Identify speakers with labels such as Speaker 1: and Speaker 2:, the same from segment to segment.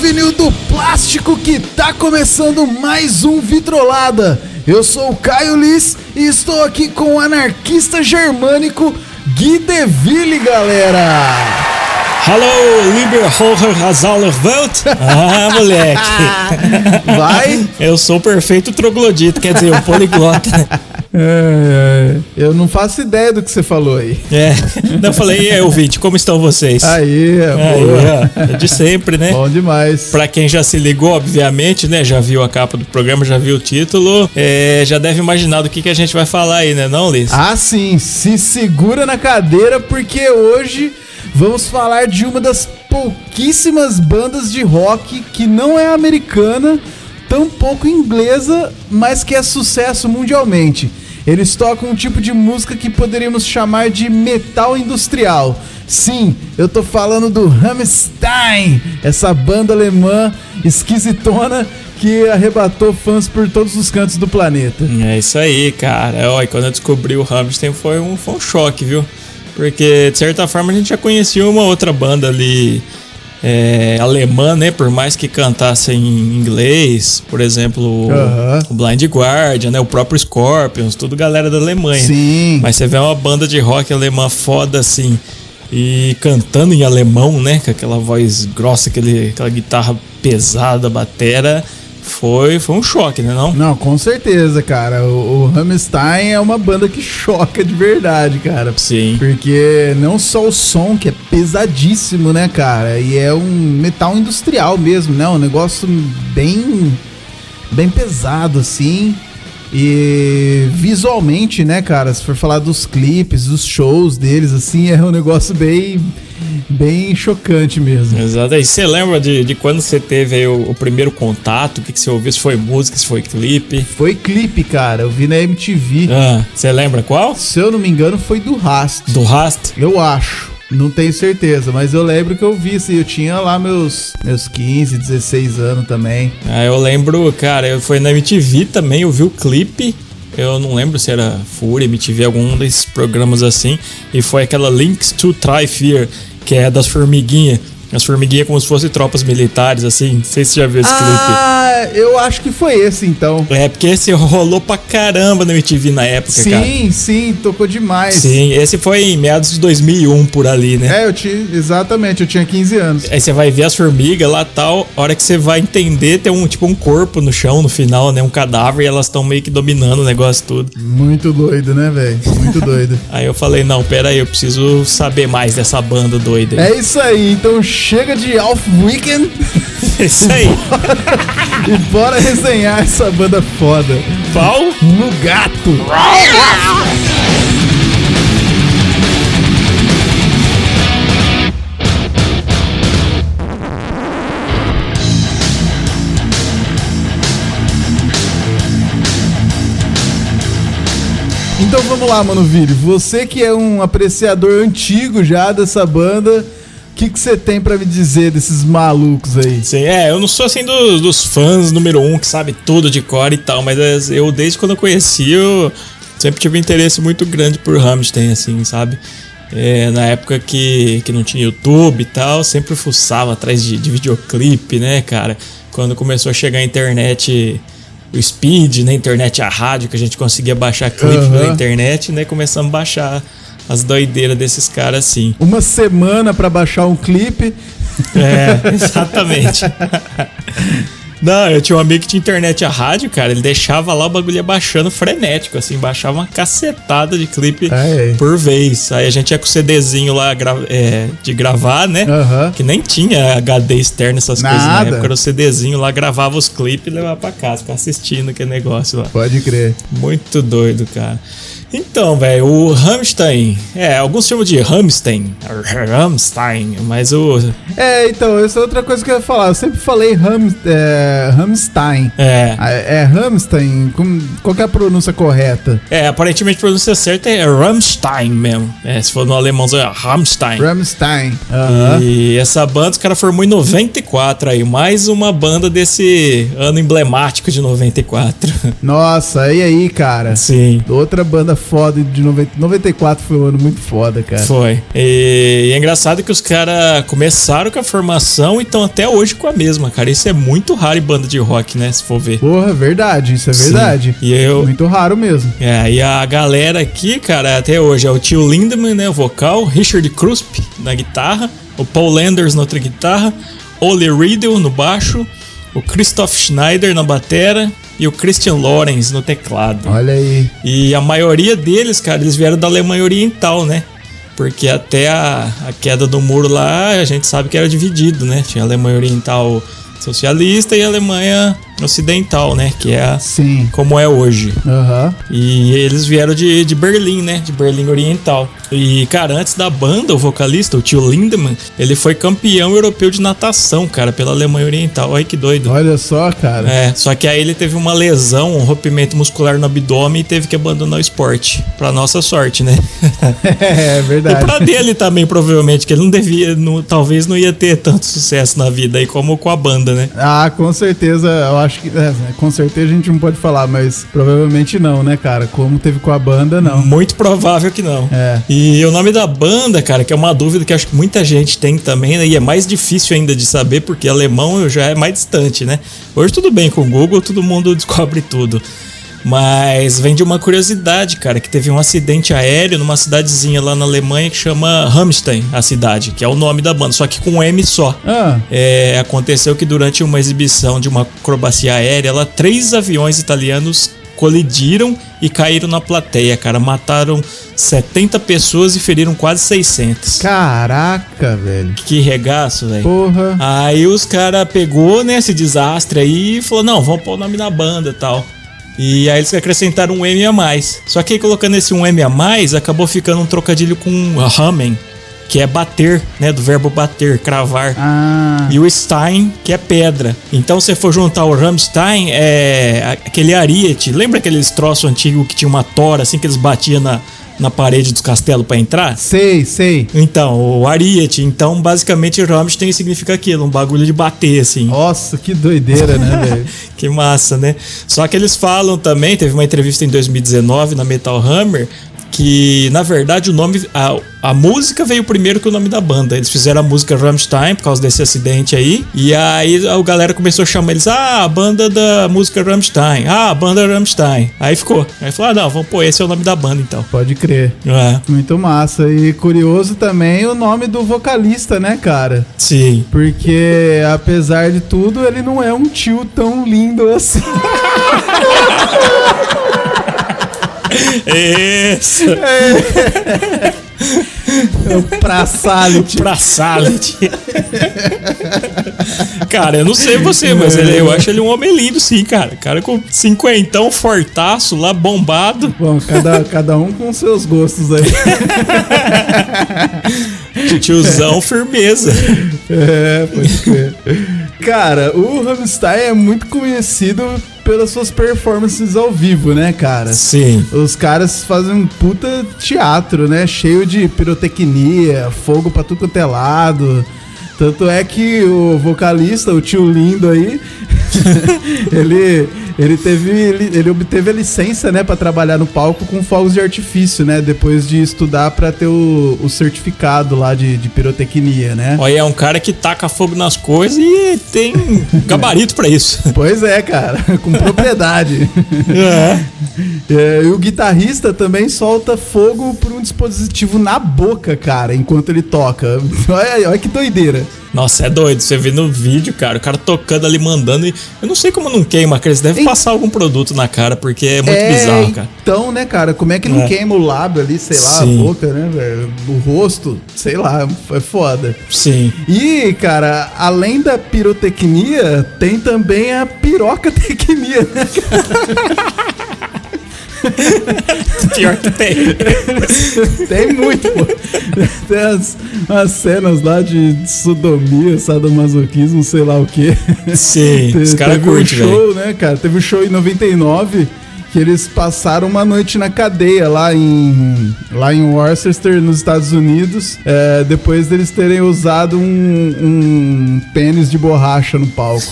Speaker 1: vinil do plástico que tá começando mais um Vitrolada. Eu sou o Caio Liz e estou aqui com o anarquista germânico Gui Deville, galera.
Speaker 2: Hallo, lieber Hoher als aller Welt. Ah, moleque.
Speaker 1: Vai?
Speaker 2: Eu sou o perfeito troglodito, quer dizer, o poliglota.
Speaker 1: Eu não faço ideia do que você falou aí.
Speaker 2: É. Não, eu falei, e aí, ouvinte, como estão vocês?
Speaker 1: Aí, é
Speaker 2: Aí,
Speaker 1: boa.
Speaker 2: ó, é de sempre, né?
Speaker 1: Bom demais.
Speaker 2: Pra quem já se ligou, obviamente, né? Já viu a capa do programa, já viu o título, é, já deve imaginar do que, que a gente vai falar aí, né, não, Liz?
Speaker 1: Ah, sim, se segura na cadeira porque hoje vamos falar de uma das pouquíssimas bandas de rock que não é americana, tampouco inglesa, mas que é sucesso mundialmente. Eles tocam um tipo de música que poderíamos chamar de metal industrial. Sim, eu tô falando do Rammstein, essa banda alemã esquisitona que arrebatou fãs por todos os cantos do planeta.
Speaker 2: É isso aí, cara. Ó, e quando eu descobri o Rammstein foi um, foi um choque, viu? Porque, de certa forma, a gente já conhecia uma outra banda ali é, alemã, né? Por mais que cantasse em inglês, por exemplo, o-
Speaker 1: Aham.
Speaker 2: o Blind Guardian, né? O próprio Scorpions, tudo galera da Alemanha.
Speaker 1: Sim.
Speaker 2: Mas você vê uma banda de rock alemã foda assim e cantando em alemão, né? Com aquela voz grossa, aquele, aquela guitarra pesada, batera. Foi, foi um choque, né? Não?
Speaker 1: Não, com certeza, cara. O, o Rammstein é uma banda que choca de verdade, cara.
Speaker 2: Sim.
Speaker 1: Porque não só o som, que é pesadíssimo, né, cara? E é um metal industrial mesmo, né? Um negócio bem, bem pesado, assim. E visualmente, né, cara? Se for falar dos clipes, dos shows deles, assim, é um negócio bem, bem chocante mesmo.
Speaker 2: Exato. E você lembra de, de quando você teve aí o, o primeiro contato? O que, que você ouviu? Se foi música, se foi clipe?
Speaker 1: Foi clipe, cara. Eu vi na MTV.
Speaker 2: Ah, Você lembra qual?
Speaker 1: Se eu não me engano, foi do Rast.
Speaker 2: Do Rast?
Speaker 1: Eu acho. Não tenho certeza, mas eu lembro que eu vi, assim, eu tinha lá meus, meus 15, 16 anos também.
Speaker 2: Ah, eu lembro, cara, eu foi na MTV também, eu vi o clipe. Eu não lembro se era Fúria, MTV, algum desses programas assim. E foi aquela Links to Try Fear, que é das formiguinhas. As formiguinhas como se fossem tropas militares, assim. Não sei se você já viu esse clipe.
Speaker 1: Ah, eu acho que foi esse então.
Speaker 2: É, porque esse rolou pra caramba na MTV na época, cara.
Speaker 1: Sim, sim, tocou demais.
Speaker 2: Sim, esse foi em meados de 2001 por ali, né?
Speaker 1: É, eu tinha, exatamente, eu tinha 15 anos.
Speaker 2: Aí você vai ver as formigas lá tal, a hora que você vai entender, tem um tipo um corpo no chão no final, né? Um cadáver e elas estão meio que dominando o negócio tudo.
Speaker 1: Muito doido, né, velho? Muito doido.
Speaker 2: Aí eu falei, não, pera aí, eu preciso saber mais dessa banda doida. aí.
Speaker 1: É isso aí, então chega de Alf Weekend
Speaker 2: É isso aí.
Speaker 1: e bora resenhar essa banda foda.
Speaker 2: Pau?
Speaker 1: No gato! Então vamos lá, mano Vini. Você que é um apreciador antigo já dessa banda, o que que você tem pra me dizer desses malucos aí?
Speaker 2: Sim, é, eu não sou assim dos, dos fãs número um que sabe tudo de core e tal, mas as- eu desde quando eu conheci, eu sempre tive um interesse muito grande por Rammstein, assim, sabe? É, na época que, que não tinha YouTube e tal, sempre fuçava atrás de, de videoclipe, né, cara? Quando começou a chegar a internet, o speed, né, internet a rádio, que a gente conseguia baixar clipe
Speaker 1: Aham.
Speaker 2: pela internet, né, começamos a baixar as doideiras desses caras, assim.
Speaker 1: Uma semana pra baixar um clipe.
Speaker 2: É, exatamente. Não, eu tinha um amigo que tinha internet a rádio, cara. Ele deixava lá o bagulho ia baixando frenético, assim, baixava uma cacetada de clipe
Speaker 1: Ai, ai.
Speaker 2: por vez. Aí a gente ia com o CDzinho lá gra- é, de gravar, né?
Speaker 1: Aham.
Speaker 2: Que nem tinha HD externo, essas coisas
Speaker 1: Nada.
Speaker 2: na época. Era o CDzinho lá, gravava os clipes e levava pra casa, ficava assistindo aquele negócio lá.
Speaker 1: Pode crer.
Speaker 2: Muito doido, cara. Então, velho, o Rammstein. É, alguns chamam de Rammstein. Rammstein, mas o.
Speaker 1: É, então, essa é outra coisa que eu ia falar. Eu sempre falei Ram, é, Ramstein.
Speaker 2: É.
Speaker 1: É, é Ramstein? Como- Qual que é a pronúncia correta?
Speaker 2: É, aparentemente a pronúncia certa é Rammstein mesmo. É, se for no alemãozão é Rammstein.
Speaker 1: Ramstein. Aham.
Speaker 2: E essa banda os caras formou em 94 aí, mais uma banda desse ano emblemático de 94.
Speaker 1: Nossa, e aí, cara?
Speaker 2: Sim.
Speaker 1: Outra banda foda de 90, 94 foi um ano muito foda, cara.
Speaker 2: Foi. E, e é engraçado que os caras começaram com a formação e estão até hoje com a mesma, cara. Isso é muito raro em banda de rock, né? Se for ver.
Speaker 1: Porra, verdade, isso é verdade.
Speaker 2: E eu.
Speaker 1: Muito raro mesmo.
Speaker 2: É, e a galera aqui, cara, até hoje é o tio Lindemann, né? O vocal, Richard Krusp na guitarra, o Paul Landers na outra guitarra, Ole Riedel no baixo, o Christoph Schneider na batera e o Christian Lorenz no teclado.
Speaker 1: Olha aí.
Speaker 2: E a maioria deles, cara, eles vieram da Alemanha Oriental, né? Porque até a, a queda do muro lá, a gente sabe que era dividido, né? Tinha a Alemanha Oriental Socialista e a Alemanha Ocidental, né? Que é a-
Speaker 1: Sim.
Speaker 2: como é hoje.
Speaker 1: Aham.
Speaker 2: E eles vieram de, de Berlim, né? De Berlim Oriental. E, cara, antes da banda, o vocalista, o tio Lindemann, ele foi campeão europeu de natação, cara, pela Alemanha Oriental. Olha que doido.
Speaker 1: Olha só, cara.
Speaker 2: É, só que aí ele teve uma lesão, um rompimento muscular no abdômen e teve que abandonar o esporte. Pra nossa sorte, né?
Speaker 1: É,
Speaker 2: e
Speaker 1: verdade.
Speaker 2: pra dele também, provavelmente, que ele não devia, não- talvez não ia ter tanto sucesso na vida aí como com a banda, né?
Speaker 1: Ah, com certeza, eu acho que. é, com certeza a gente não pode falar, mas provavelmente não, né, cara? Como teve com a banda, não.
Speaker 2: Muito provável que não.
Speaker 1: É.
Speaker 2: E o nome da banda, cara, que é uma dúvida que acho que muita gente tem também, né? E é mais difícil ainda de saber, porque alemão já é mais distante, né? Hoje tudo bem com o Google, todo mundo descobre tudo. Mas vem de uma curiosidade, cara, que teve um acidente aéreo numa cidadezinha lá na Alemanha que chama Hamstein, a cidade, que é o nome da banda, só que com um M só.
Speaker 1: Ah,
Speaker 2: É, aconteceu que durante uma exibição de uma acrobacia aérea, lá, três aviões italianos colidiram e caíram na plateia, cara. Mataram 70 pessoas e feriram quase 600.
Speaker 1: caraca, velho.
Speaker 2: Que regaço, velho.
Speaker 1: Porra.
Speaker 2: Aí os cara pegou, né, esse desastre aí e falou, não, vamos pôr o nome na banda e tal. E aí eles acrescentaram um M a mais. Só que aí colocando esse um M a mais, acabou ficando um trocadilho com ramen, que é bater, né, do verbo bater, cravar
Speaker 1: Ah,
Speaker 2: e o Stein, que é pedra. Então, se for juntar o Rammstein, é aquele ariete. Lembra aqueles troços antigos que tinha uma tora, assim, que eles batiam na, na parede dos castelos pra entrar?
Speaker 1: sei, sei.
Speaker 2: Então, o ariete. Então, basicamente, Rammstein significa aquilo, um bagulho de bater, assim.
Speaker 1: Nossa, que doideira, né, velho?
Speaker 2: Que massa, né? Só que eles falam também, teve uma entrevista em 2019 na Metal Hammer, que na verdade o nome. A, a música veio primeiro que o nome da banda. Eles fizeram a música Rammstein por causa desse acidente aí. E aí a galera começou a chamar eles: Ah, a banda da música Rammstein. Ah, a banda Rammstein. Aí ficou. Aí falou: Ah, não, vamos pôr, esse é o nome da banda então.
Speaker 1: Pode crer.
Speaker 2: É,
Speaker 1: Muito massa. E curioso também o nome do vocalista, né, cara?
Speaker 2: sim.
Speaker 1: Porque, apesar de tudo, ele não é um tio tão lindo assim.
Speaker 2: Isso.
Speaker 1: É o praçalho, tio.
Speaker 2: pra salad. cara, eu não sei você, mas ele- eu acho ele um homem lindo, sim, cara. Cara com cinquentão, fortaço, lá bombado.
Speaker 1: Bom, cada, cada um com seus gostos aí.
Speaker 2: Tiozão, firmeza.
Speaker 1: É, pode crer. Cara, o Rammstein é muito conhecido pelas suas performances ao vivo, né, cara?
Speaker 2: Sim.
Speaker 1: Os caras fazem um puta teatro, né? Cheio de pirotecnia, fogo pra tudo quanto é lado. Tanto é que o vocalista, o tio lindo aí, ele, ele teve ele, ele obteve a licença, né, Pra trabalhar no palco com fogos de artifício, né, depois de estudar pra ter o, o certificado lá de, de pirotecnia, né?
Speaker 2: Olha, é um cara que taca fogo nas coisas e tem gabarito pra isso.
Speaker 1: Pois é, cara, com propriedade.
Speaker 2: É.
Speaker 1: É, e o guitarrista também solta fogo por um dispositivo na boca, cara, enquanto ele toca. Olha, aí, olha que doideira.
Speaker 2: Nossa, é doido. Você vê no vídeo, cara, o cara tocando ali, mandando. E eu não sei como não queima, Cris. Deve
Speaker 1: Ei.
Speaker 2: passar algum produto na cara, porque é muito
Speaker 1: é,
Speaker 2: bizarro, cara.
Speaker 1: Então, né, cara, como é que não
Speaker 2: É.
Speaker 1: queima o lábio ali, sei lá,
Speaker 2: Sim.
Speaker 1: a boca, né, velho? O rosto, sei lá, é foda.
Speaker 2: Sim.
Speaker 1: E, cara, além da pirotecnia, tem também a pirocatecnia, né?
Speaker 2: Pior que tem.
Speaker 1: Tem muito, pô. Tem as, as cenas lá de sodomia, sadomasoquismo, sei lá o quê.
Speaker 2: Sim. Os caras
Speaker 1: teve um
Speaker 2: curtem, velho.
Speaker 1: show, né, cara? Teve um show em 99 que eles passaram uma noite na cadeia lá em, lá em Worcester, nos Estados Unidos, é, depois deles terem usado um, um pênis de borracha no palco.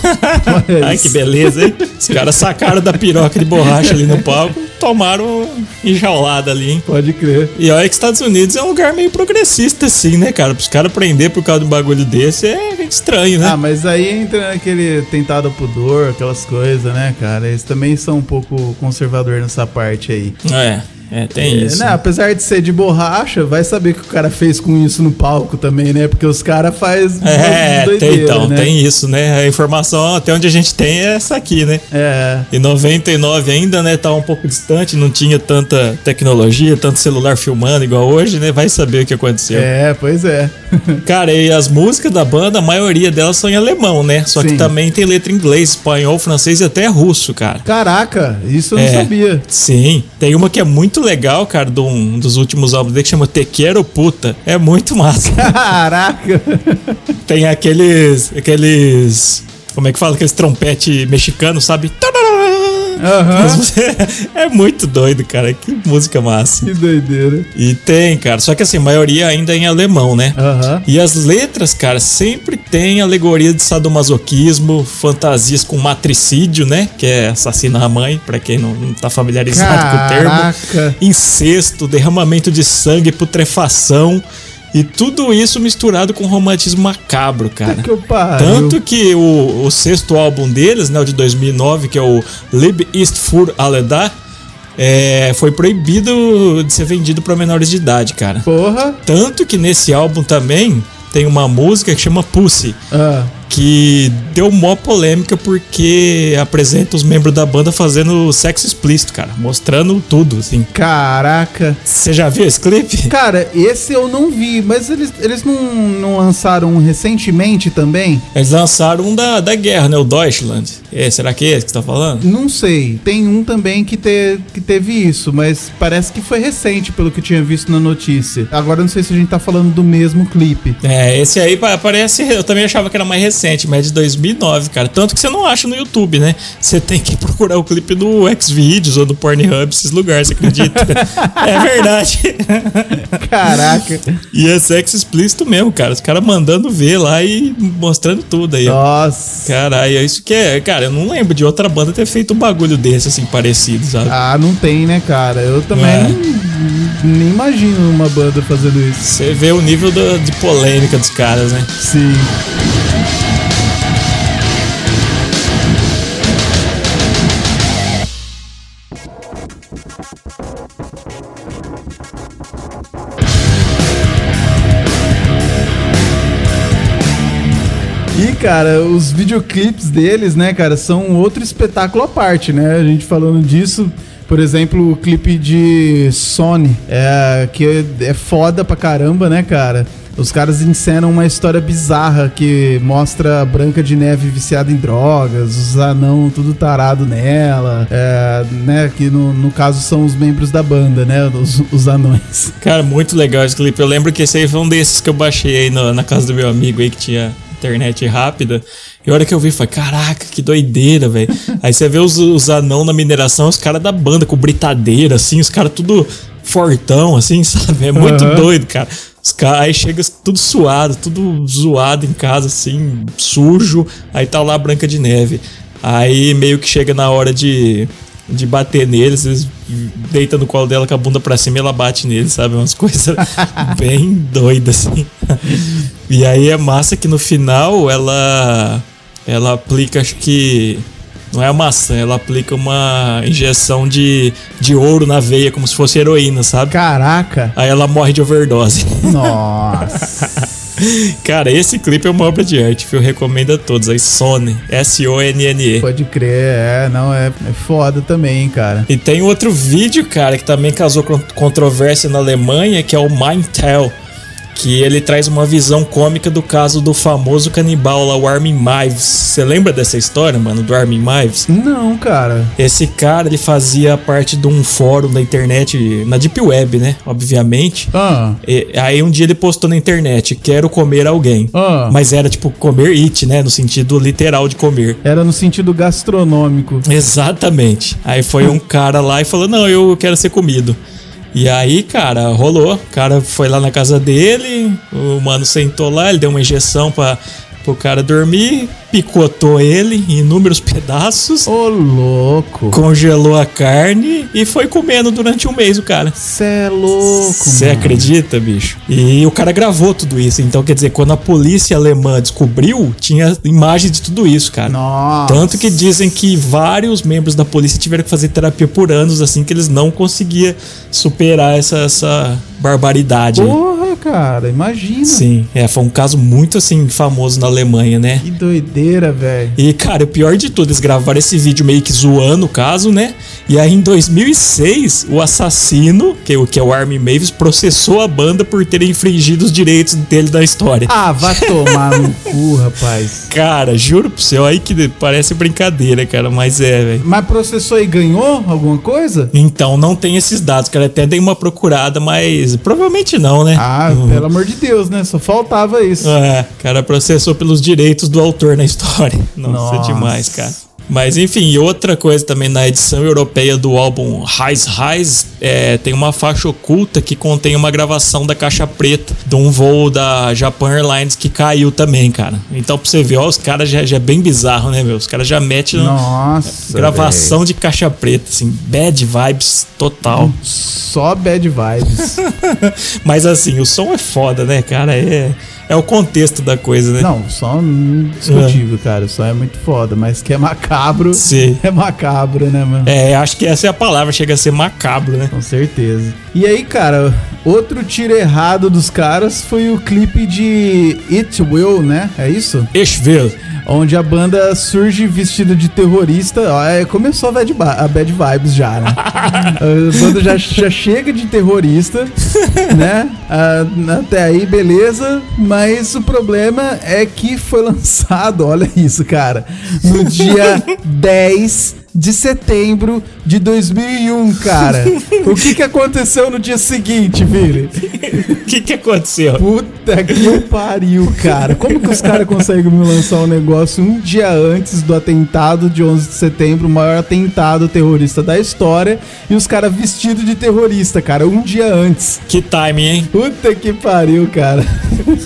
Speaker 1: Olha
Speaker 2: Ai,
Speaker 1: isso.
Speaker 2: que beleza, hein? Os caras sacaram da piroca de borracha ali no palco, tomaram enjaulada ali, hein?
Speaker 1: Pode crer.
Speaker 2: E olha que Estados Unidos é um lugar meio progressista, assim, né, cara? Para os caras prender por causa de um bagulho desse é estranho, né?
Speaker 1: Ah, mas aí entra aquele tentado ao pudor, aquelas coisas, né, cara? Eles também são um pouco conservador nessa parte aí.
Speaker 2: é, é, tem
Speaker 1: É,
Speaker 2: isso.
Speaker 1: né, apesar de ser de borracha, vai saber o que o cara fez com isso no palco também, né? Porque os caras fazem
Speaker 2: É, tem, então, tem isso, né? A informação até onde a gente tem é essa aqui, né?
Speaker 1: É,
Speaker 2: E 99 ainda, né? Tava um pouco distante, não tinha tanta tecnologia, tanto celular filmando igual hoje, né? Vai saber o que aconteceu.
Speaker 1: é, pois é.
Speaker 2: Cara, e as músicas da banda, a maioria delas são em alemão, né? Só que
Speaker 1: Sim.
Speaker 2: também tem letra em inglês, espanhol, francês e até russo, cara.
Speaker 1: Caraca, isso eu
Speaker 2: É.
Speaker 1: não sabia.
Speaker 2: Sim, tem uma que é muito legal, cara, de um dos últimos álbuns dele que chama Te Quero Puta. É muito massa.
Speaker 1: Caraca!
Speaker 2: Tem aqueles. aqueles. Como é que fala? Aqueles trompete mexicano, sabe?
Speaker 1: Aham,
Speaker 2: É muito doido, cara. Que música massa.
Speaker 1: que doideira.
Speaker 2: E tem, cara. Só que assim, a maioria ainda é em alemão, né?
Speaker 1: Aham.
Speaker 2: E as letras, cara, sempre tem alegoria de sadomasoquismo, fantasias com matricídio, né? Que é assassinar a mãe, pra quem não, não tá familiarizado com o termo.
Speaker 1: Caraca.
Speaker 2: Incesto, derramamento de sangue, putrefação. E tudo isso misturado com romantismo macabro, cara.
Speaker 1: Que eu pariu.
Speaker 2: Tanto que o, o sexto álbum deles, né, o de 2009, que é o Lib ist für alle da, é, foi proibido de ser vendido pra menores de idade, cara.
Speaker 1: Porra.
Speaker 2: Tanto que nesse álbum também tem uma música que chama Pussy,
Speaker 1: Ah,
Speaker 2: que deu mó polêmica porque apresenta os membros da banda fazendo sexo explícito, cara, mostrando tudo, assim.
Speaker 1: caraca.
Speaker 2: Você já viu esse clipe?
Speaker 1: Cara, esse eu não vi, mas eles, eles não, não lançaram um recentemente também?
Speaker 2: Eles lançaram um da, da guerra, né? O Deutschland. É, será que é esse que você tá falando?
Speaker 1: Não sei. Tem um também que, te, que teve isso, mas parece que foi recente, pelo que eu tinha visto na notícia. Agora eu não sei se a gente tá falando do mesmo clipe.
Speaker 2: É, esse aí pa- parece. Eu também achava que era mais recente, mas é de 2009, cara. Tanto que você não acha no YouTube, né? Você tem que procurar o clipe no Xvideos ou no Pornhub, esses lugares, você acredita? é verdade.
Speaker 1: Caraca.
Speaker 2: E é sexo explícito mesmo, cara. Os caras mandando ver lá e mostrando tudo aí. ó.
Speaker 1: Nossa.
Speaker 2: Caralho, é isso que é. Cara, eu não lembro de outra banda ter feito um bagulho desse, assim, parecido, sabe?
Speaker 1: Ah, não tem, né, cara? Eu também
Speaker 2: É.
Speaker 1: nem imagino uma banda fazendo isso.
Speaker 2: Você vê o nível da- de polêmica dos caras, né?
Speaker 1: Sim. E, cara, os videoclipes deles, né, cara, são outro espetáculo à parte, né? A gente falando disso, por exemplo, o clipe de Sony, é, que é foda pra caramba, né, cara? Os caras encenam uma história bizarra que mostra a Branca de Neve viciada em drogas, os anão tudo tarado nela, é, né? Que no, no caso são os membros da banda, né? Os, os anões.
Speaker 2: Cara, muito legal esse clipe. Eu lembro que esse aí foi um desses que eu baixei aí na- na casa do meu amigo aí que tinha internet rápida. E a hora que eu vi, foi caraca, que doideira, velho. aí você vê os, os anão na mineração, os caras da banda com britadeira, assim, os caras tudo fortão, assim, sabe? É muito
Speaker 1: Aham.
Speaker 2: doido, cara. Os caras, aí chega tudo suado, tudo zoado em casa, assim, sujo. Aí tá lá a Branca de Neve. Aí meio que chega na hora de, de bater neles, eles deitam no colo dela com a bunda pra cima e ela bate neles, sabe? Umas coisas bem doidas, assim. E aí é massa que no final ela. Ela aplica, acho que. Não é a maçã, ela aplica uma injeção de, de ouro na veia, como se fosse heroína, sabe?
Speaker 1: Caraca!
Speaker 2: Aí ela morre de overdose.
Speaker 1: Nossa!
Speaker 2: Cara, esse clipe é uma obra de arte, viu? Recomendo a todos. Aí Sony, S-O-N-N-E.
Speaker 1: Pode crer, é, não, é, é foda também, hein, cara.
Speaker 2: E tem outro vídeo, cara, que também causou con- controvérsia na Alemanha, que é o Mindtel. que ele traz uma visão cômica do caso do famoso canibal lá, o Armin Mives. Você lembra dessa história, mano, do Armin Mives?
Speaker 1: Não, cara.
Speaker 2: Esse cara, ele fazia parte de um fórum da internet, na Deep Web, né? Obviamente.
Speaker 1: Ah,
Speaker 2: E- aí um dia ele postou na internet, quero comer alguém.
Speaker 1: ah.
Speaker 2: Mas era tipo comer it, né? No sentido literal de comer.
Speaker 1: Era no sentido gastronômico.
Speaker 2: Exatamente. Aí foi um cara lá e falou: Não, eu quero ser comido. E aí, cara, rolou. O cara foi lá na casa dele, o mano sentou lá, ele deu uma injeção pra, pro cara dormir, picotou ele em inúmeros pedaços,
Speaker 1: Ô, louco.
Speaker 2: congelou a carne e foi comendo durante um mês o cara.
Speaker 1: Cê é louco,
Speaker 2: Você
Speaker 1: mano.
Speaker 2: acredita, bicho? E o cara gravou tudo isso. Então, quer dizer, quando a polícia alemã descobriu, tinha imagem de tudo isso, cara.
Speaker 1: Nossa.
Speaker 2: Tanto que dizem que vários membros da polícia tiveram que fazer terapia por anos, assim, que eles não conseguiam superar essa, essa barbaridade. aí.
Speaker 1: Porra, cara, imagina.
Speaker 2: Sim, é, foi um caso muito, assim, famoso na Alemanha, né?
Speaker 1: Que doideira, velho.
Speaker 2: E, cara, o pior de tudo, eles gravaram esse vídeo meio que zoando o caso, né? E aí, em 2006, o assassino, que, é o- que é o Armin Mavis, processou a banda por ter infringido os direitos dele da história.
Speaker 1: Ah, vá tomar no cu, rapaz.
Speaker 2: Cara, juro pro seu, aí que parece brincadeira, cara, mas é, velho.
Speaker 1: Mas processou e ganhou alguma coisa?
Speaker 2: Então não tem esses dados, cara. Até dei uma procurada, mas provavelmente não, né?
Speaker 1: Ah,
Speaker 2: Uhum.
Speaker 1: pelo amor de Deus, né? Só faltava isso.
Speaker 2: É, cara processou pelos direitos do autor na história. Nossa,
Speaker 1: Nossa.
Speaker 2: demais, cara. Mas enfim, e outra coisa também na edição europeia do álbum Rise Rise, é, tem uma faixa oculta que contém uma gravação da caixa preta de um voo da Japan Airlines que caiu também, cara. Então pra você ver, ó, os caras já, já é bem bizarro, né, meu? Os caras já metem na
Speaker 1: Nossa.
Speaker 2: gravação de caixa preta, assim, bad vibes total.
Speaker 1: velho. Só bad vibes.
Speaker 2: Mas assim, o som é foda, né, cara? É, é o contexto da coisa, né?
Speaker 1: Não, só discutível, cara. Só é muito foda. Mas que é macabro.
Speaker 2: Sim.
Speaker 1: É macabro, né, mano?
Speaker 2: É, acho que essa é a palavra, chega a ser macabro, né?
Speaker 1: Com certeza. E aí, cara, outro tiro errado dos caras foi o clipe de It Will, né? É isso?
Speaker 2: Eshvil.
Speaker 1: Onde a banda surge vestida de terrorista. Ó, é, começou a bad, ba- a bad vibes já, né? a banda já, já chega de terrorista, né? Ah, até aí, beleza. Mas o problema é que foi lançado, olha isso, cara. No dia 10 de setembro de 2001, cara. O que, que aconteceu no dia seguinte, Vili?
Speaker 2: O que que aconteceu?
Speaker 1: Puta que pariu, cara. Como que os caras conseguem me lançar um negócio um dia antes do atentado de 11 de setembro, o maior atentado terrorista da história, e os caras vestidos de terrorista, cara, um dia antes.
Speaker 2: Que timing, hein?
Speaker 1: Puta que pariu, cara.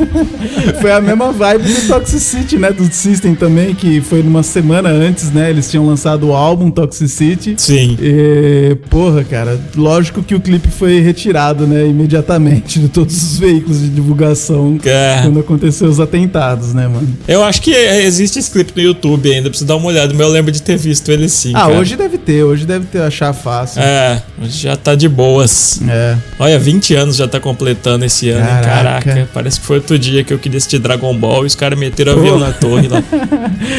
Speaker 1: foi a mesma vibe do Toxicity, né? Do System também, que foi numa semana antes, né? Eles tinham lançado o álbum Toxicity.
Speaker 2: Sim.
Speaker 1: É, porra, cara, lógico que o clipe foi retirado, né, imediatamente de todos os veículos de divulgação
Speaker 2: É.
Speaker 1: quando aconteceu os atentados, né, mano?
Speaker 2: Eu acho que é, existe esse clipe no YouTube ainda, preciso dar uma olhada, mas eu lembro de ter visto ele sim.
Speaker 1: Ah,
Speaker 2: cara.
Speaker 1: hoje deve ter, hoje deve ter achar fácil.
Speaker 2: É, hoje já tá de boas.
Speaker 1: É.
Speaker 2: Olha, 20 anos já tá completando esse ano, hein?
Speaker 1: Caraca.
Speaker 2: Caraca. Parece que foi outro dia que eu queria assistir Dragon Ball e os caras meteram avião na torre lá.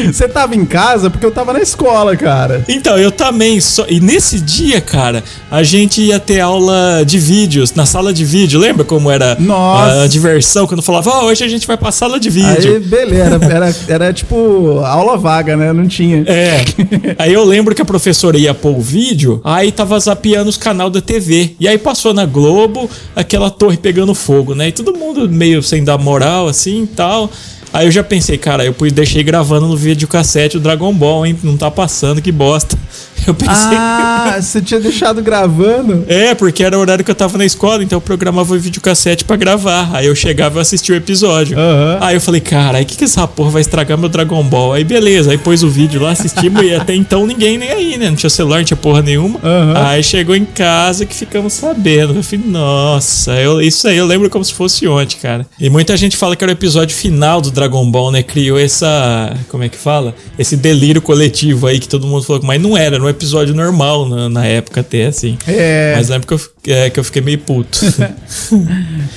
Speaker 1: Você tava em casa porque eu tava na escola, cara.
Speaker 2: Então, eu também. Só... E nesse dia, cara, a gente ia ter aula de vídeos, na sala de vídeo. Lembra como era
Speaker 1: Nossa.
Speaker 2: a diversão? Quando falava, ah, hoje a gente vai pra sala de vídeo.
Speaker 1: Aí, beleza, era, era, era tipo aula vaga, né? Não tinha.
Speaker 2: É. aí eu lembro que a professora ia pôr o vídeo, aí tava zapeando os canal da TV. E aí passou na Globo aquela torre pegando fogo, né? E todo mundo meio sem dar moral, assim e tal. Aí eu já pensei, cara, eu pus- deixei gravando no videocassete o Dragon Ball, hein? Não tá passando, que bosta. Eu pensei.
Speaker 1: Ah, você tinha deixado gravando?
Speaker 2: É, porque era o horário que eu tava na escola, então eu programava o videocassete pra gravar. Aí eu chegava e assistia o episódio.
Speaker 1: Aham.
Speaker 2: Aí eu falei, cara, o que, que essa porra vai estragar meu Dragon Ball? Aí beleza, aí pôs o vídeo lá, assistimos e até então ninguém nem aí, né? Não tinha celular, não tinha porra nenhuma.
Speaker 1: Aham.
Speaker 2: Aí chegou em casa que ficamos sabendo. Eu falei, nossa, eu- isso aí eu lembro como se fosse ontem, cara. E muita gente fala que era o episódio final do Dragon Ball, né? Criou essa. Como é que fala? Esse delírio coletivo aí que todo mundo falou, mas não era, era um episódio normal na, na época até, assim.
Speaker 1: É.
Speaker 2: Mas lembro que eu, é, que eu fiquei meio puto.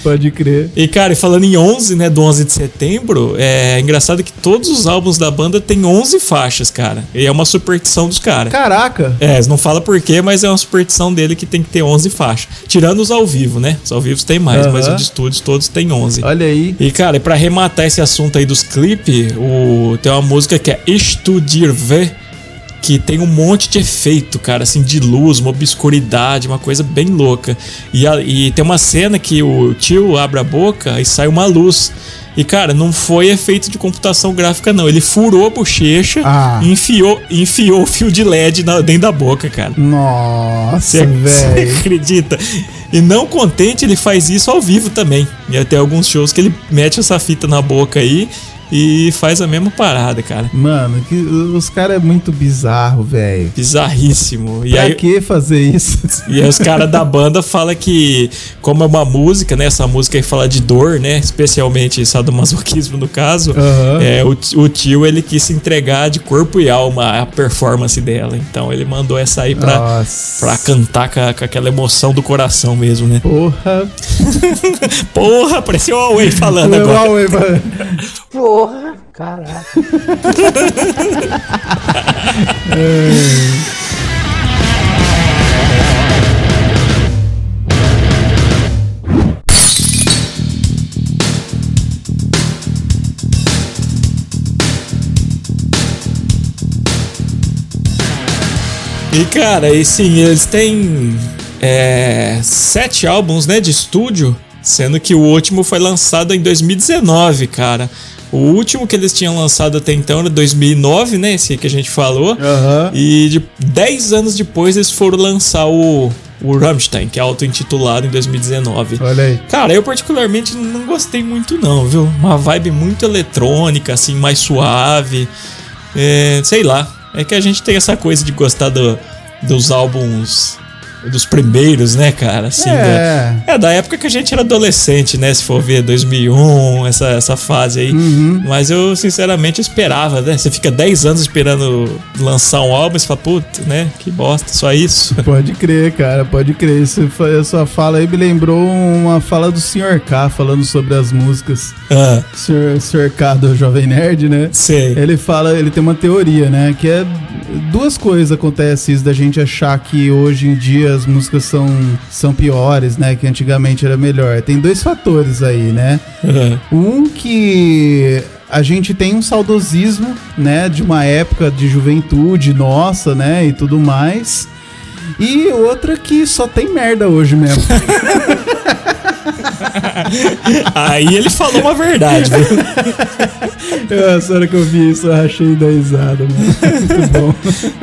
Speaker 1: Pode crer.
Speaker 2: E, cara, e falando em 11, né, do 11 de setembro, é engraçado que todos os álbuns da banda têm 11 faixas, cara. E é uma superstição dos caras.
Speaker 1: Caraca!
Speaker 2: É, eles não falam porquê, mas é uma superstição dele que tem que ter 11 faixas. Tirando os ao vivo, né? Os ao vivo tem mais,
Speaker 1: Aham.
Speaker 2: mas os de estúdios todos têm 11.
Speaker 1: Olha aí.
Speaker 2: E, cara, e pra rematar esse assunto aí dos clipes, o... tem uma música que é Estudirve, que tem um monte de efeito, cara, assim, de luz, uma obscuridade, uma coisa bem louca. E, a- e tem uma cena que o tio abre a boca e sai uma luz. E, cara, não foi efeito de computação gráfica, não. Ele furou a bochecha
Speaker 1: Ah.
Speaker 2: e enfiou, enfiou o fio de LED na- dentro da boca, cara.
Speaker 1: Nossa,
Speaker 2: Você é
Speaker 1: velho.
Speaker 2: acredita? E não contente, ele faz isso ao vivo também. E até alguns shows que ele mete essa fita na boca aí e faz a mesma parada, cara.
Speaker 1: Mano, que, os caras é muito bizarro, velho.
Speaker 2: Bizarríssimo. E
Speaker 1: Pra
Speaker 2: aí, Né?
Speaker 1: que fazer isso?
Speaker 2: e aí os caras da banda falam que, como é uma música, né? Essa música aí fala de dor, né? Especialmente sadomasoquismo no caso.
Speaker 1: Aham.
Speaker 2: É, o, ti- o tio ele quis se entregar de corpo e alma à performance dela. Então ele mandou essa aí
Speaker 1: Ah.
Speaker 2: pra,
Speaker 1: Nossa.
Speaker 2: pra cantar com, a- com aquela emoção do coração mesmo, né?
Speaker 1: Porra.
Speaker 2: Porra, pareceu o Huawei falando
Speaker 1: Foi
Speaker 2: agora.
Speaker 1: mal, hein, mano?
Speaker 3: Porra, caraca.
Speaker 2: E cara, e sim, eles têm é, sete álbuns, né, de estúdio, sendo que o último foi lançado em 2019, cara. O último que eles tinham lançado até então era 2009, né, esse que a gente falou.
Speaker 1: Aham.
Speaker 2: E de 10 anos depois eles foram lançar o, o Rammstein, que é auto-intitulado em 2019.
Speaker 1: Olha aí.
Speaker 2: Cara, eu particularmente não gostei muito não, viu? Uma vibe muito eletrônica, assim, mais suave. É, sei lá. É que a gente tem essa coisa de gostar do- dos álbuns dos primeiros, né, cara? Assim, da-
Speaker 1: é.
Speaker 2: é, da época que a gente era adolescente, né? Se for ver 2001, essa, essa fase aí. Mas eu, sinceramente, esperava, né? Você fica 10 anos esperando lançar um álbum e você fala, puta, né? Que bosta, só isso.
Speaker 1: Pode crer, cara, pode crer. Isso foi- Essa fala aí me lembrou uma fala do Sr. K falando sobre as músicas.
Speaker 2: ah,
Speaker 1: Sr. Sr. K do Jovem Nerd, né?
Speaker 2: sei.
Speaker 1: Ele fala, ele tem uma teoria, né? Que é duas coisas acontecem isso da gente achar que hoje em dia as músicas são, são piores, né? Que antigamente era melhor. Tem dois fatores aí, né?
Speaker 2: Ah,
Speaker 1: Um que a gente tem um saudosismo, né, de uma época de juventude nossa, né, e tudo mais. E outra que só tem merda hoje mesmo.
Speaker 2: Aí ele falou uma verdade, viu?
Speaker 1: Essa hora que eu vi isso, eu achei da risada, mano. Muito bom.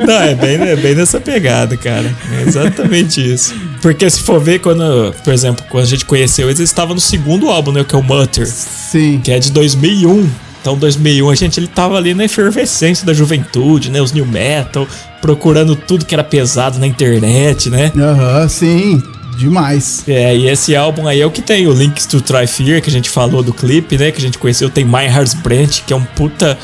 Speaker 2: Não, é bem, é bem nessa pegada, cara. É exatamente isso. Porque se for ver, quando, por exemplo, quando a gente conheceu eles, eles estavam no segundo álbum, né? Que é o Mutter,
Speaker 1: Sim.
Speaker 2: que é de 2001. Então, 2001, a gente ele tava ali na efervescência da juventude, né? Os new metal, procurando tudo que era pesado na internet, né?
Speaker 1: Aham, sim. Demais.
Speaker 2: É, e esse álbum aí é o que tem o Links to Try Fear, que a gente falou do clipe, né? Que a gente conheceu. Tem My Heart's Branch, que é um puta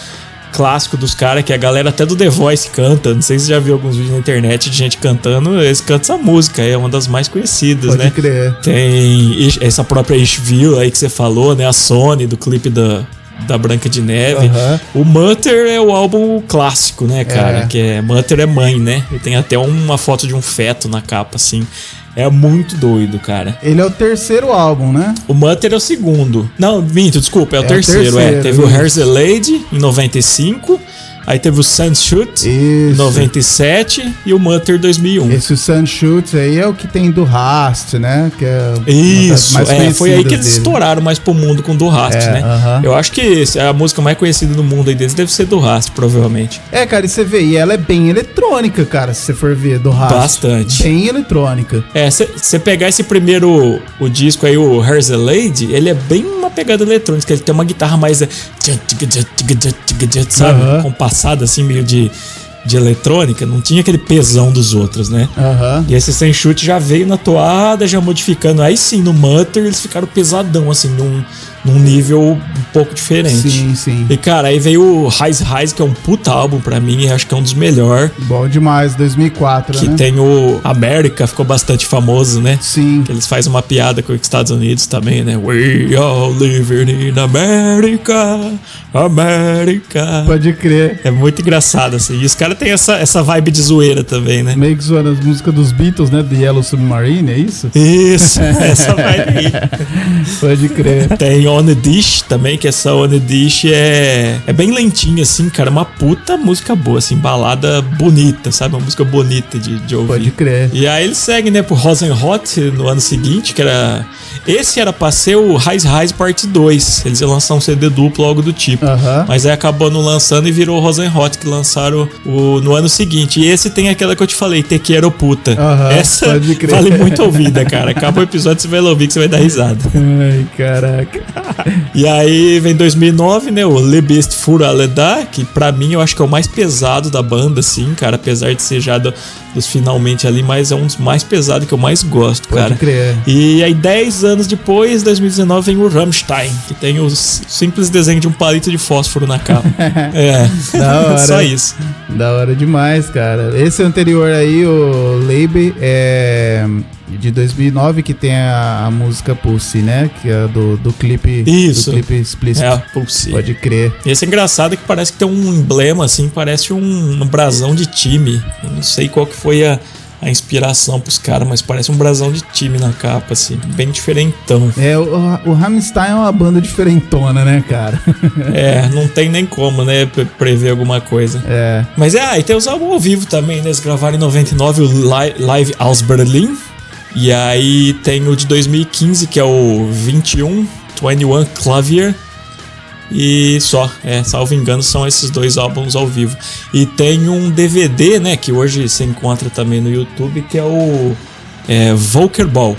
Speaker 2: clássico dos caras, que a galera até do The Voice canta. Não sei se você já viu alguns vídeos na internet de gente cantando. Eles cantam essa música, é uma das mais conhecidas,
Speaker 1: Pode
Speaker 2: né?
Speaker 1: crer.
Speaker 2: Tem Ish- essa própria Ishville aí que você falou, né? A Sony do clipe da, da Branca de Neve.
Speaker 1: Aham.
Speaker 2: O Mutter é o álbum clássico, né, cara?
Speaker 1: É.
Speaker 2: Que é Mutter é mãe, né? E tem até uma foto de um feto na capa, assim. É muito doido, cara.
Speaker 1: Ele é o terceiro álbum, né?
Speaker 2: O Mutter é o segundo. Não, minto, desculpa, é o
Speaker 1: É o
Speaker 2: terceiro, é.
Speaker 1: terceiro,
Speaker 2: Teve o
Speaker 1: isso.
Speaker 2: Here's a Lady em 95, aí teve o Sunshoot em
Speaker 1: Isso.
Speaker 2: 97 e um. o Mutter 2001.
Speaker 1: Esse Sun Shoots aí é o que tem do Rast, né? Que é uma das
Speaker 2: Isso,
Speaker 1: mais
Speaker 2: é, foi aí que
Speaker 1: conhecidas
Speaker 2: eles
Speaker 1: dele.
Speaker 2: estouraram mais pro mundo com o do Rast,
Speaker 1: É,
Speaker 2: né?
Speaker 1: aham.
Speaker 2: Eu acho que esse- a música mais conhecida do mundo aí deles deve ser do Rast, provavelmente.
Speaker 1: É, cara, e você vê, e ela é bem eletrônica, cara, se você for ver, do Rast.
Speaker 2: Bastante.
Speaker 1: Bem eletrônica.
Speaker 2: É, se você pegar esse primeiro o disco aí, o Here's a Lady, ele é bem uma pegada eletrônica, ele tem uma guitarra mais é, tchan, tchica, tchan, tchica, tchan, tchica, tchan, sabe,
Speaker 1: Aham.
Speaker 2: compassada assim, meio de de eletrônica, não tinha aquele pesão dos outros, né?
Speaker 1: Aham.
Speaker 2: E esse sem chute já veio na toada, já modificando. Aí sim, no Mutter eles ficaram pesadão, assim, num, num nível um pouco diferente.
Speaker 1: Sim, sim.
Speaker 2: E cara, aí veio o Rise Rise, que é um puta álbum pra mim, e acho que é um dos melhores.
Speaker 1: Bom demais, 2004,
Speaker 2: Que
Speaker 1: né?
Speaker 2: tem o América, ficou bastante famoso, né?
Speaker 1: Sim.
Speaker 2: Que eles fazem uma piada com os Estados Unidos também, né? We all living in America, America.
Speaker 1: Pode crer.
Speaker 2: É muito engraçado, assim. E os caras têm essa, essa vibe de zoeira também, né?
Speaker 1: Meio que zoando as músicas dos Beatles, né? The Yellow Submarine, é isso?
Speaker 2: Isso, essa vibe aí.
Speaker 1: Pode crer.
Speaker 2: Tem On the Dish também, que essa On the Dish é, é bem lentinha, assim, cara. Uma puta música boa, assim, balada bonita, sabe? Uma música bonita de, de ouvir.
Speaker 1: Pode crer.
Speaker 2: E aí ele segue, né, pro Rosenhot no ano seguinte, que era. Esse era pra ser o Rise Rise Parte 2. Eles iam lançar um CD duplo, algo do tipo.
Speaker 1: Aham.
Speaker 2: Mas aí acabou não lançando e virou o Rosenhot, que lançaram o, no ano seguinte. E esse tem aquela que eu te falei, Tequero Puta.
Speaker 1: Aham,
Speaker 2: Essa
Speaker 1: pode crer.
Speaker 2: vale muito ouvida, cara. Acaba o episódio, você vai ouvir que você vai dar risada.
Speaker 1: Ai, caraca.
Speaker 2: E aí vem 2009, né? O Le Best Furaledá, que pra mim eu acho que é o mais pesado da banda, assim, cara. Apesar de ser já do- dos finalmente ali, mas é um dos mais pesados que eu mais gosto,
Speaker 1: Pode
Speaker 2: cara.
Speaker 1: crer. é.
Speaker 2: E aí, 10 anos depois, 2019, vem o Rammstein, que tem o s- simples desenho de um palito de fósforo na capa. é,
Speaker 1: Da hora.
Speaker 2: só isso.
Speaker 1: Da hora demais, cara. Esse anterior aí, o Leibe, é de 2009, que tem a, a música Pulse, né? Que é do, do clipe.
Speaker 2: Isso.
Speaker 1: Do clipe explícito.
Speaker 2: É a Pulse.
Speaker 1: Pode crer.
Speaker 2: E esse é engraçado que parece que tem um emblema, assim, parece um, um brasão de time. Eu não sei qual que foi a, a inspiração pros caras, mas parece um brasão de time na capa, assim, bem diferentão.
Speaker 1: É, o, o Rammstein é uma banda diferentona, né, cara?
Speaker 2: É, não tem nem como, né, pre- prever alguma coisa.
Speaker 1: É.
Speaker 2: Mas é, ah, e tem os álbuns ao vivo também, né? Eles gravaram em 99 o Li- Live aus Berlin. E aí tem o de 2015, que é o 21, 21 Clavier. E só, é, salvo engano, são esses dois álbuns ao vivo. E tem um DVD, né, que hoje se encontra também no YouTube, que é o é, Volker Ball.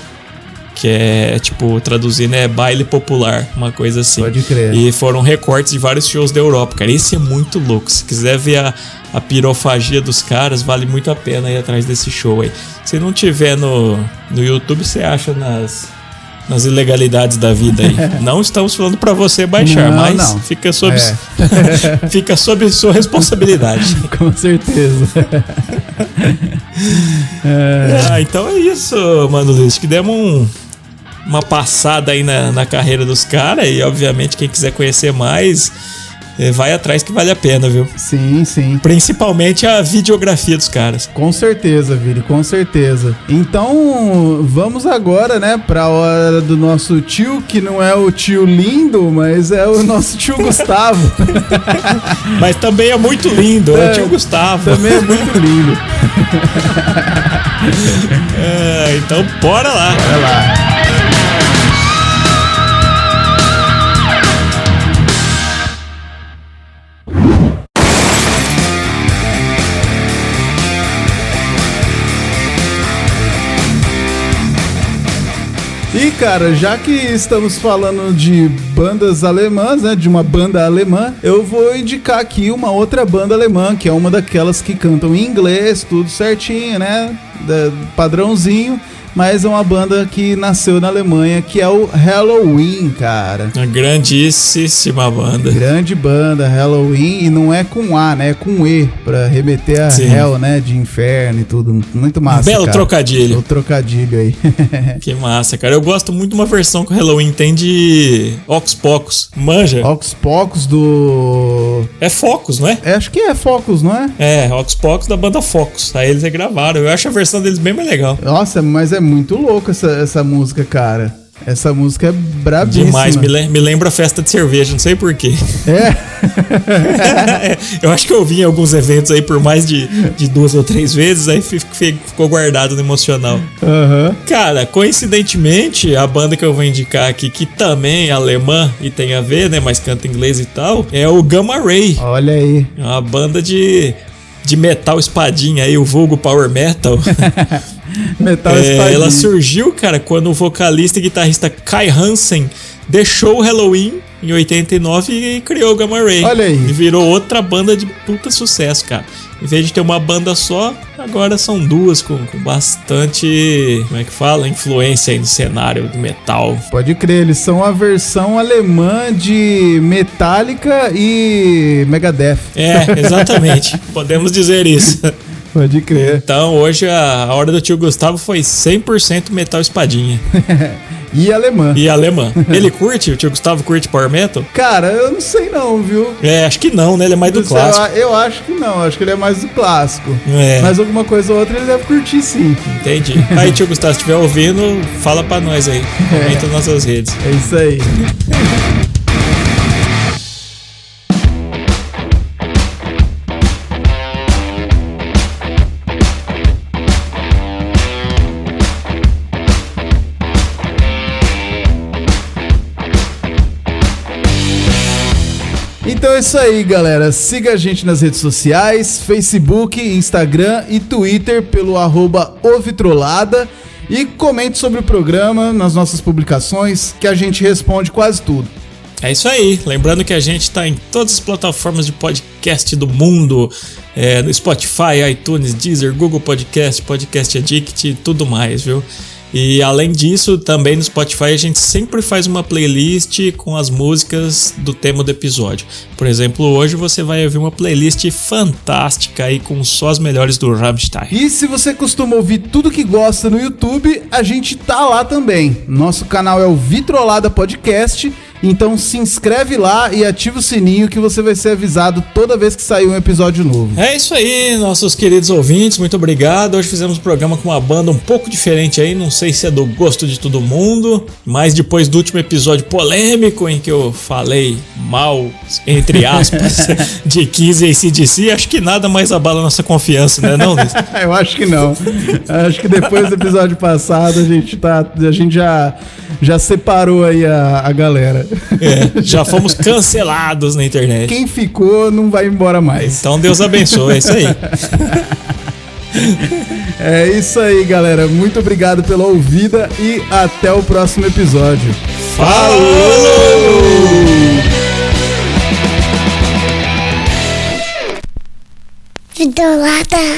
Speaker 2: Que é, tipo, traduzindo é baile popular, uma coisa assim.
Speaker 1: Pode crer.
Speaker 2: E foram recortes de vários shows da Europa, cara. Esse é muito louco. Se quiser ver a, a pirofagia dos caras, vale muito a pena ir atrás desse show aí. Se não tiver no, no YouTube, você acha nas, nas ilegalidades da vida aí. não estamos falando pra você baixar,
Speaker 1: Não,
Speaker 2: mas
Speaker 1: não.
Speaker 2: fica sob.
Speaker 1: É.
Speaker 2: fica sob sua responsabilidade.
Speaker 1: Com certeza.
Speaker 2: Ah, então é isso, mano Luiz. Que demos um- uma passada aí na, na carreira dos caras. E obviamente, quem quiser conhecer mais, eh, vai atrás que vale a pena, viu?
Speaker 1: Sim, sim.
Speaker 2: Principalmente a videografia dos caras.
Speaker 1: Com certeza, Vili, com certeza. Então, vamos agora, né, pra hora do nosso tio, que não é o tio lindo, mas é o nosso tio Gustavo.
Speaker 2: Mas também é muito lindo, é o tio Gustavo.
Speaker 1: Também é muito lindo.
Speaker 2: É, então bora lá.
Speaker 1: Vai lá. E cara, já que estamos falando de bandas alemãs, né, de uma banda alemã, eu vou indicar aqui uma outra banda alemã, que é uma daquelas que cantam em inglês, tudo certinho, né, da- padrãozinho, mas é uma banda que nasceu na Alemanha, que é o Halloween, cara.
Speaker 2: Uma grandíssima banda.
Speaker 1: Grande banda, Halloween, e não é com A, né? É com E, pra remeter a
Speaker 2: Sim.
Speaker 1: Hell, né? De inferno e tudo. Muito massa.
Speaker 2: Belo
Speaker 1: cara.
Speaker 2: trocadilho.
Speaker 1: O trocadilho aí.
Speaker 2: Que massa, cara. Eu gosto muito de uma versão que o Halloween tem de Ox Pocos. Manja?
Speaker 1: Ox Pocos do.
Speaker 2: É Focus, não é?
Speaker 1: É, acho que é Focus, não é?
Speaker 2: É, Ox Pocos da banda Focus. Aí eles regravaram. Eu acho a versão deles bem mais legal.
Speaker 1: Nossa, mas é muito louco essa, essa música, cara. Essa música é brabíssima.
Speaker 2: Demais, me, lem- me lembra a festa de cerveja, não sei porquê.
Speaker 1: É,
Speaker 2: eu acho que eu vi em alguns eventos aí por mais de, de duas ou três vezes, aí fi- fi- ficou guardado no emocional.
Speaker 1: aham.
Speaker 2: Cara, coincidentemente, a banda que eu vou indicar aqui, que também é alemã e tem a ver, né? Mas canta inglês e tal, é o Gamma Ray.
Speaker 1: Olha aí.
Speaker 2: É uma banda de, de metal espadinha aí, o vulgo Power Metal.
Speaker 1: Metal
Speaker 2: É,
Speaker 1: Espadinha.
Speaker 2: ela surgiu, cara, quando o vocalista e guitarrista Kai Hansen deixou o Halloween em 89 e criou o Gamma Ray.
Speaker 1: Olha aí.
Speaker 2: E virou outra banda de puta sucesso, cara. Em vez de ter uma banda só, agora são duas com, com bastante, como é que fala, influência aí no cenário do metal.
Speaker 1: Pode crer, eles são a versão alemã de Metallica e Megadeth.
Speaker 2: É, exatamente. Podemos dizer isso.
Speaker 1: Pode crer.
Speaker 2: Então, hoje a, a hora do tio Gustavo foi 100% metal espadinha
Speaker 1: E alemã.
Speaker 2: e alemã. Ele curte? O tio Gustavo curte power metal?
Speaker 1: Cara, eu não sei não, viu?
Speaker 2: É, acho que não, né? Ele é mais do
Speaker 1: Eu-
Speaker 2: clássico.
Speaker 1: Eu acho que não, acho que ele é mais do clássico.
Speaker 2: É.
Speaker 1: Mas alguma coisa ou outra ele deve curtir sim.
Speaker 2: Entendi. Aí, tio Gustavo, se estiver ouvindo, fala pra nós aí. Comenta nas nossas redes.
Speaker 1: É isso aí. Então é isso aí, galera. Siga a gente nas redes sociais, Facebook, Instagram e Twitter pelo arroba Ovitrolada. E comente sobre o programa nas nossas publicações, que a gente responde quase tudo.
Speaker 2: É isso aí. Lembrando que a gente tá em todas as plataformas de podcast do mundo. É, no Spotify, iTunes, Deezer, Google Podcast, Podcast Addict e tudo mais, viu? E além disso, também no Spotify a gente sempre faz uma playlist com as músicas do tema do episódio. Por exemplo, hoje você vai ouvir uma playlist fantástica aí com só as melhores do Rammstein.
Speaker 1: E se você costuma ouvir tudo que gosta no YouTube, a gente tá lá também. Nosso canal é o Vitrolada Podcast, então se inscreve lá e ativa o sininho que você vai ser avisado toda vez que sair um episódio novo.
Speaker 2: É isso aí, nossos queridos ouvintes, muito obrigado. Hoje fizemos um programa com uma banda um pouco diferente aí, não sei se é do gosto de todo mundo, mas depois do último episódio polêmico em que eu falei mal, entre aspas, de 15 e CDC, acho que nada mais abala nossa confiança, né, não? Liz?
Speaker 1: Eu acho que não. acho que depois do episódio passado a gente tá, a gente já já separou aí a, a galera.
Speaker 2: É, já fomos cancelados na internet.
Speaker 1: Quem ficou não vai embora mais.
Speaker 2: Então Deus abençoe, é isso aí.
Speaker 1: É isso aí, galera. Muito obrigado pela ouvida e até o próximo episódio.
Speaker 2: Falou!
Speaker 4: Vidolada.